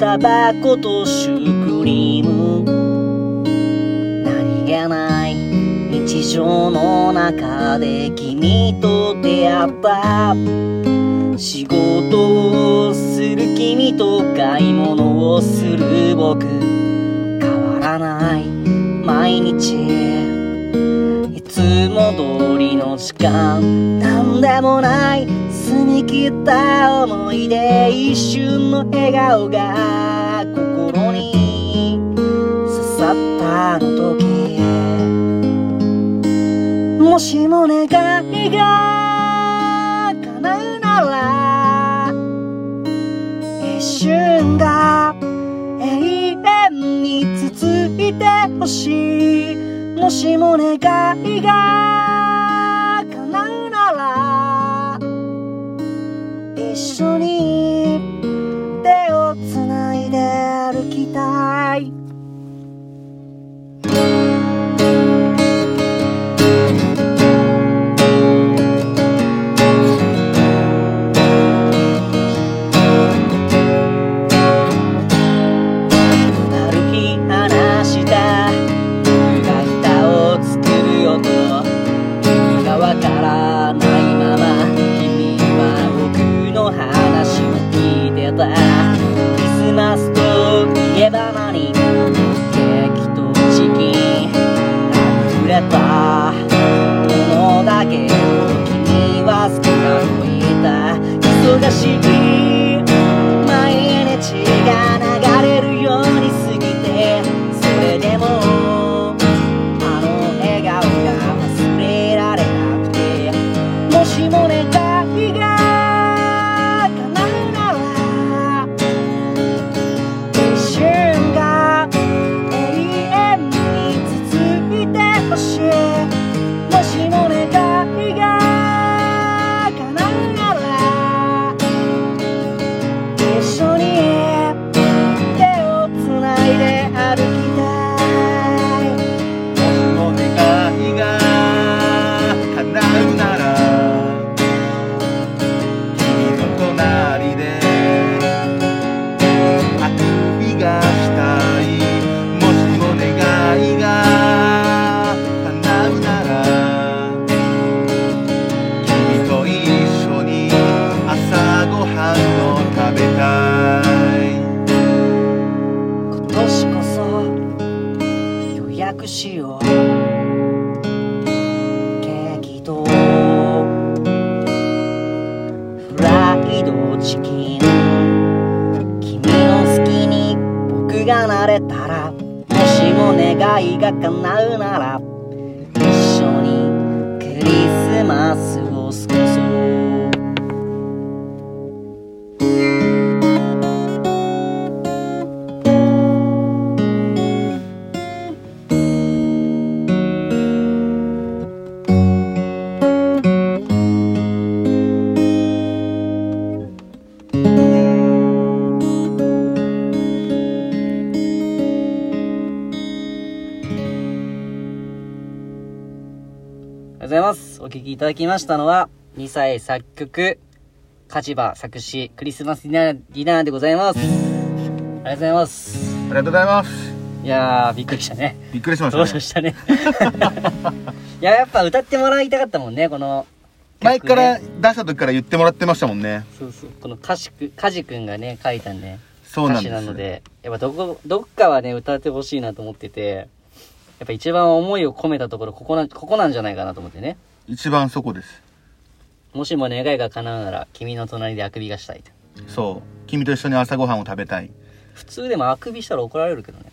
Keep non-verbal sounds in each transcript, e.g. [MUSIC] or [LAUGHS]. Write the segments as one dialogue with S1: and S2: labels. S1: タバコとシュークリーム何気ない日常の中で君と出会った仕事をする君と買い物をする僕変わらない毎日いつも通りの時間なんでもない澄み切った思い出一瞬の笑顔が心に刺さったあの時もしも願いが叶うなら一瞬が永遠に続いてほしいもしも願いが叶うなら一緒に手をつないで歩きたい歩き話した歌歌を作るよと意味がわからないまま君は僕の話を聞いてたクリスマスといえば何ケーキとチキン溢れたものだけど君は好きだと言った忙しい毎日が流れるように過ぎてそれでもあの笑顔が忘れられなくてもしも願いが叶うなら一瞬が永遠に続いてほしいもしも願いが叶うなら一緒に手をつないで歩きたい
S2: もしも願いが叶うなら君の隣であくびがしたいもしも願いが叶うなら君と一緒に朝ごはんを食べたい
S1: 今年こそ予約しようケーキとフライドチキン君の好きに僕がなれたらもしも願いが叶うなら一緒にクリスマスを過ごそうありがとうございます。お聴きいただきましたのは、2歳作曲、カジバ作詞、クリスマスディナーディナーでございます。ありがとうございます。
S2: ありがとうございます
S1: いやー、びっくりしたね。
S2: びっくりしま [LAUGHS]
S1: どう
S2: した
S1: しま
S2: ね
S1: したね。いや、やっぱ歌ってもらいたかったもんね、この曲ね、
S2: 前から出した時から言ってもらってましたもんね
S1: そうそう。この歌詞く、カジ君がね、書いたんで、
S2: そうなん
S1: 歌詞
S2: です
S1: なので、やっぱどこ、どっかはね、歌ってほしいなと思ってて、やっぱ一番思いを込めたところ、ここな、ここなんじゃないかなと思ってね。
S2: 一番そこです
S1: もしも願いが叶うなら、君の隣であくびがしたいと。
S2: そう君と一緒に朝ごはんを食べたい
S1: 普通でもあくびしたら怒られるけどね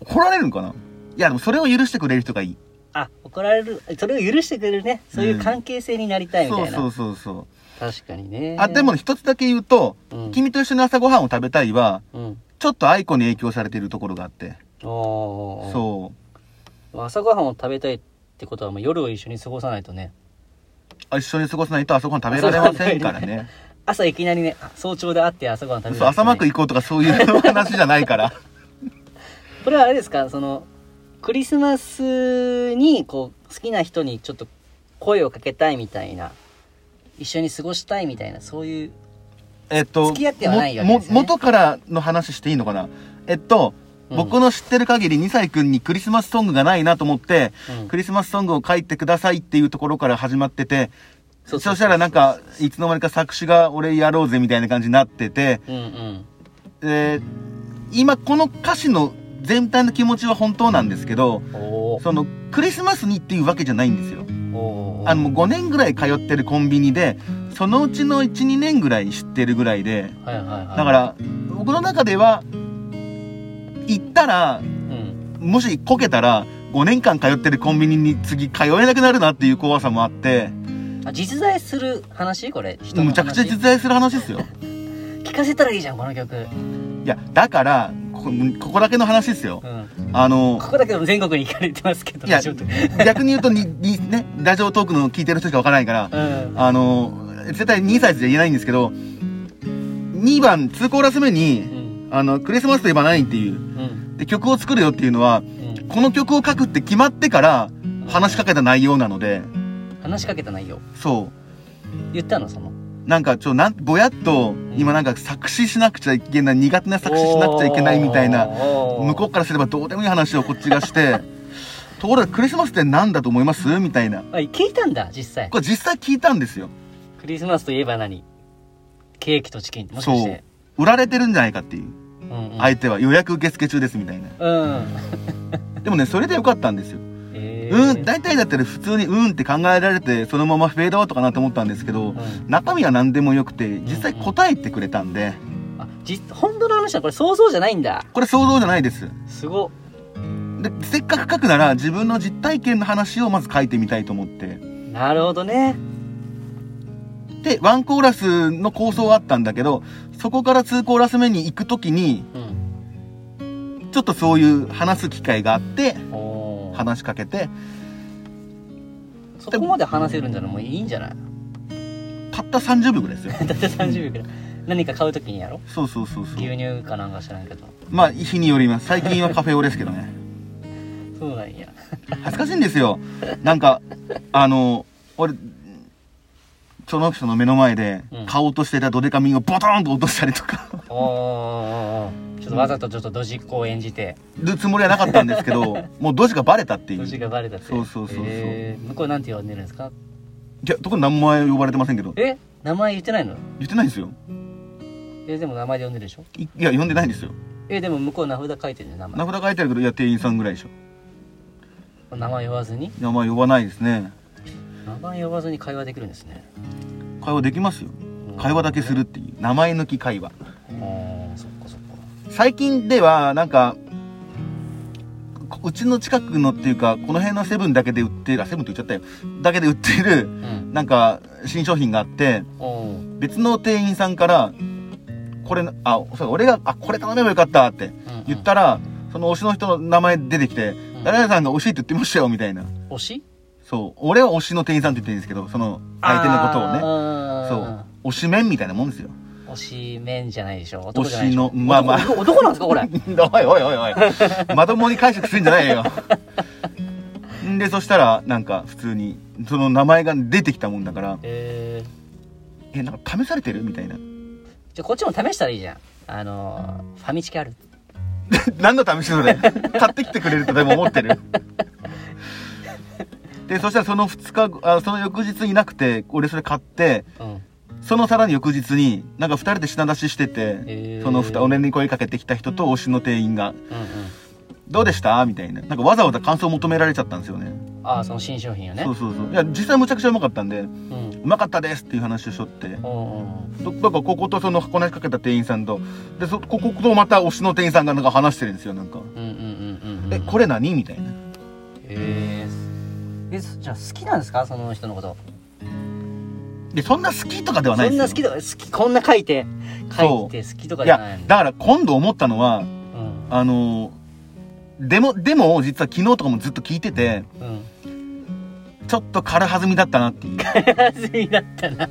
S2: 怒られるのかないやでもそれを許してくれる人がいい
S1: あ怒られるそれを許してくれるねそういう関係性になりたいみた
S2: そう
S1: いな、
S2: そうそうそう
S1: 確かにね
S2: あでもね一つだけ言うと、
S1: うん
S2: 君と一緒に朝ごはんを食べたいは
S1: うん
S2: ちょっと愛子に影響されているところがあって
S1: おー
S2: そう
S1: 朝ごはんを食べたいってことはもう夜を一緒に過ごさないとね
S2: あ一緒に過ごさないと朝ごはん食べられませんからね
S1: 朝いきなりねあ早朝で会って朝ごはん食べる
S2: そう朝マック行こうとかそういう話じゃないから
S1: これはあれですかそのクリスマスにこう好きな人にちょっと声をかけたいみたいな一緒に過ごしたいみたいなそういう
S2: えっと、
S1: 付き合ってはないわけ
S2: も
S1: ですね
S2: も元からの話していいのかなえっと、
S1: うん
S2: 僕の知ってる限り2歳くんにクリスマスソングがないなと思って、
S1: うん
S2: クリスマスソングを書いてくださいっていうところから始まってて、
S1: そ
S2: そ
S1: そうそう
S2: う
S1: そう
S2: したらなんか、いつの間にか作詞が俺やろうぜみたいな感じになってて、
S1: うんうん
S2: で今この歌詞の全体の気持ちは本当なんですけど、
S1: おー
S2: そのクリスマスにっていうわけじゃないんですよ。
S1: おー
S2: あのもう5年ぐらい通ってるコンビニで、そのうちの1、2年ぐらい知ってるぐらいで、
S1: はいはいはい
S2: だから、僕の中では、行ったら、
S1: うん
S2: もしこけたら、5年間通ってるコンビニに次通えなくなるなっていう怖さもあって、
S1: あ実在する話これ人の話
S2: むちゃくちゃ実在する話ですよ。
S1: 聞かせたらいいじゃんこの曲う
S2: いや、だから、ここここだけの話ですよ。
S1: ん
S2: あの
S1: こ、こだけでも全国に行かれてますけど
S2: いや
S1: ちょっと
S2: 逆に言うとに、にね、ラジオトークの聞いてる人しかわからないから、
S1: うん
S2: あの、絶対2歳じゃ言えないんですけど、2番、2コーラス目に
S1: う、ん
S2: あの、クリスマスといえば何っていう。
S1: うん
S2: で、曲を作るよっていうのは、
S1: うん
S2: この曲を書くって決まってから、話しかけた内容なので、
S1: 話しかけた内容
S2: そ
S1: 言ったのその
S2: う。なんか、ちょ、なん、ぼやっと、今なんか作詞しなくちゃいけない、苦手な作詞しなくちゃいけないみたいな、向
S1: 向
S2: こうからすればどうでもいい話をこっちが
S1: [LAUGHS]
S2: して、ところでクリスマスって何だと思いますみたいな。
S1: あ聞いたんだ実際
S2: これ実際聞いたんですよ。
S1: クリスマスといえば何ケーキとチキンもしかし
S2: そ
S1: て
S2: う。売られてるんじゃないかっていう。
S1: うんうん
S2: 相手は予約受付中ですみたいな。
S1: うん
S2: でもね、それでよかったんですよ。
S1: えー
S2: うん、大体だったら普通にうんって考えられて、そのままフェードアウトかなと思ったんですけ
S1: う
S2: ど、
S1: ん
S2: 中身は何でもよくて、実際答えてくれたんで、
S1: あ実本当の話はこれ想像じゃないんだ
S2: これ想像じゃないです。
S1: すごっ
S2: で、せっかく書くなら自分の実体験の話をまず書いてみたいと思って。
S1: なるほどね
S2: で、ワンコーラスの構想はあったんだけど、そこからツーコーラス目に行くときに、
S1: うん
S2: ちょっとそういう話す機会があって、
S1: おー
S2: 話しかけて、
S1: そこまで話せるんじゃないもういいんじゃない [LAUGHS]
S2: たった30秒ぐらいですよ。
S1: だって30秒くらい何か買うときにやろ
S2: そうそうそうそう。
S1: 牛乳かなんか知らんけど
S2: まあ、日によります。最近はカフェオレですけ
S1: [LAUGHS]
S2: どね。
S1: そうなんや
S2: 恥ずかしいんですよ。なんか、あの、俺、その人の目の前で
S1: うん、
S2: 買おうとしてたドデカミンをボトーンと落としたりとか、
S1: おーおーおーちょっとわざとちょっとドジっ子を演じて
S2: るつもりはなかったんですけ
S1: [LAUGHS]
S2: ど、もうドジがバレたっていう。
S1: ドジ
S2: い
S1: がバレたって
S2: そうそうそうそう
S1: えー向こうなんて呼んでるんですか
S2: や、特に名前呼ばれてませんけど、
S1: え名前言ってないの
S2: 言ってないんですよ。
S1: えでも名前で呼んでるでしょ
S2: いいや、呼んでないんですよ。
S1: えでも向こう名札書いてるね名前
S2: 名札書いてあるけど、いや、店員さんぐらいでしょ。
S1: 名前呼ばずに
S2: 名前呼ばないですね。
S1: 名前呼ばずに会話できるんですね
S2: 会話できますよ。会話だけするっていう。名前抜き会話。
S1: あーそっかそっか
S2: 最近ではなんかこうちの近くのっていうかこの辺のセブンだけで売ってるあセブンって言っちゃったよだけで売って
S1: う
S2: る
S1: ん
S2: なんか新商品があって
S1: おー
S2: 別の店員さんからこれあそう俺があこれ頼めばよかったって
S1: うん
S2: 言ったら、その推しの人の名前出てきて、
S1: ん
S2: 誰々さんが推しいって言ってましたよみたいな
S1: 推し
S2: そう俺は推しの店員さんって言ってるんですけどその相手のことをね
S1: ね
S2: そう推しメンみたいなもんですよ
S1: そう推しメンじゃないでしょ男じゃないでしょ
S2: 推しのまあまあ
S1: 男男なんですかこれ
S2: [LAUGHS] おいおいおいおいまともに解釈するんじゃないよんでそしたらなんか普通にその名前が出てきたもんだから
S1: えー
S2: 「えなんか試されてる?」みたいな [LAUGHS]
S1: じゃあこっちも試したらいいじゃんあのーファミチキある
S2: 何の試しそれ買ってきてくれるとでも思ってるでそしたらその2日後あその翌日いなくて俺それ買って
S1: うん
S2: そのさらに翌日になんか2人で品出ししてて、
S1: へー
S2: そのふた俺に声かけてきた人と推しの店員が
S1: うん
S2: 「どうでした?」みたいななんかわざわざ感想求められちゃったんですよね
S1: うんああその新商品をね
S2: そうそうそういや実際むちゃくちゃうまかったんで
S1: う
S2: うん
S1: うん
S2: まかったですっていう話をしとって
S1: うん
S2: どどっかこことその話しかけた店員さんとでそこことまた推しの店員さんがなんか話してるんですよなんか
S1: うんうんうんうんうん
S2: 「えこれ何?」みたいな
S1: えーえそじゃあ好きなんですかその人のこと
S2: でそんな好きとかではない
S1: そ
S2: です
S1: ん
S2: よ
S1: な好きとか好きこんな書いて書
S2: そ
S1: いうて好きとか
S2: い
S1: じゃない
S2: や
S1: の
S2: だから今度思ったのは
S1: うん
S2: あのーでもでも実は昨日とかもずっと聞いてて
S1: うん
S2: ちょっと軽はずみだったなっていう
S1: 休みだったない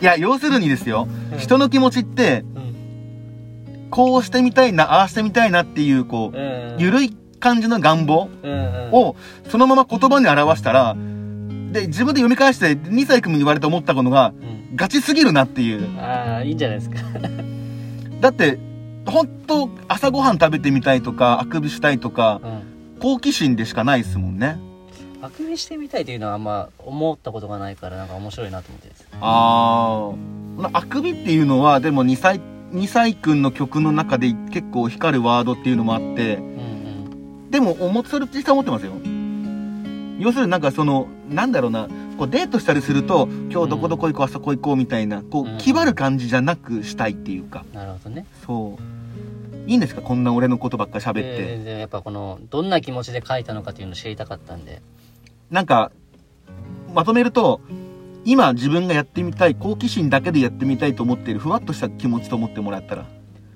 S2: や要するにですよ
S1: うん
S2: 人の気持ちって
S1: うん
S2: こうしてみたいなああしてみたいなっていうこう
S1: うん
S2: 緩い感じの願望
S1: うんうん
S2: をそのまま言葉に表したらで、自分で読み返して、2歳君に言われて思ったことが、
S1: うん
S2: ガチすぎるなっていう。
S1: ああいいんじゃないですか
S2: だって、本当朝ごはん食べてみたいとか、あくびしたいとか、
S1: うん
S2: 好奇心でしかないですもんね。
S1: あくびしてみたいというのはあんま思ったことがないからなんか面白いなと思ってです
S2: あーまあ。あくびっていうのは、でも2歳、2歳くんの曲の中で結構光るワードっていうのもあって、
S1: うんうん
S2: でも、おもそれって人は思ってますよ。要するになんかその、なんだろうな、こうデートしたりすると、今日どこどこ行こう、あそこ行こうみたいな、こ
S1: うん
S2: う、気張る感じじゃなくしたいっていうか、
S1: なるほどね
S2: そう。いいんですかこんな俺のことばっか喋って。
S1: でででやっぱこのどんな気持ちで書いたのかっていうのを知りたかったんで
S2: なんか、まとめると、今自分がやってみたい、好奇心だけでやってみたいと思っている、ふわっとした気持ちと思ってもらったら、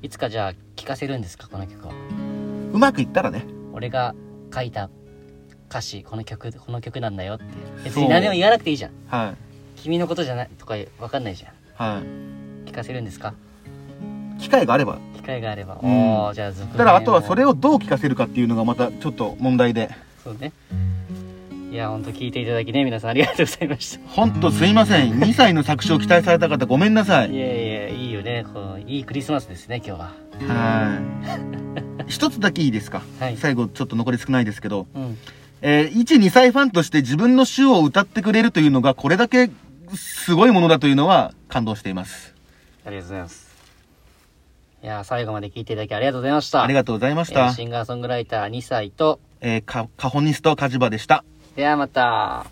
S1: いつかじゃあ聴かせるんですかこの曲を
S2: うまくいったらね。
S1: 俺が書いた歌詞この曲この曲なんだよって別
S2: そ
S1: に
S2: う
S1: 何も言わなくていいじゃん
S2: はい。
S1: 君のことじゃないとかわかんないじゃん
S2: は
S1: 聞かせるんですか
S2: い。機会があれば。
S1: 機会があれば、
S2: うん
S1: おおじゃあ続
S2: ただ、あとはそれ
S1: を
S2: をどう聞かせるかっていうのがまたちょっと問題で。
S1: そうねいや本当聞いていただきね皆さんありがとうございまし
S2: ほんとすいません。2歳の作詞を期待された方ごめんな
S1: た
S2: さ
S1: い
S2: い。
S1: やいやいいよねこのいいクリスマスですね今日は
S2: はい。一つだけいいですか
S1: はい
S2: 最後ちょっと残り少ないですけど、
S1: うん
S2: えー、1、2歳ファンとして自分の週を歌ってくれるというのがこれだけすごいものだというのは感動しています。
S1: ありがとうございますいや最後まで聞いていただきありがとうございました
S2: ありがとうございました
S1: えー。シンガーソングライター2歳と
S2: えー、か、カホニストカジバでした。
S1: ではまた